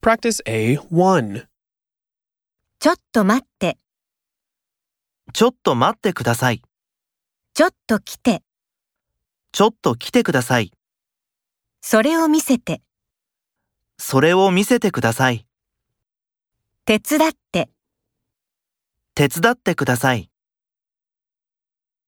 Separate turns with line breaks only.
Practice A1.
ちょっと待って、
ちょっと待ってください。
ちょっと来て、
ちょっと来てください。
それを見せて、
それを見せてください。
手伝って。
手伝ってください。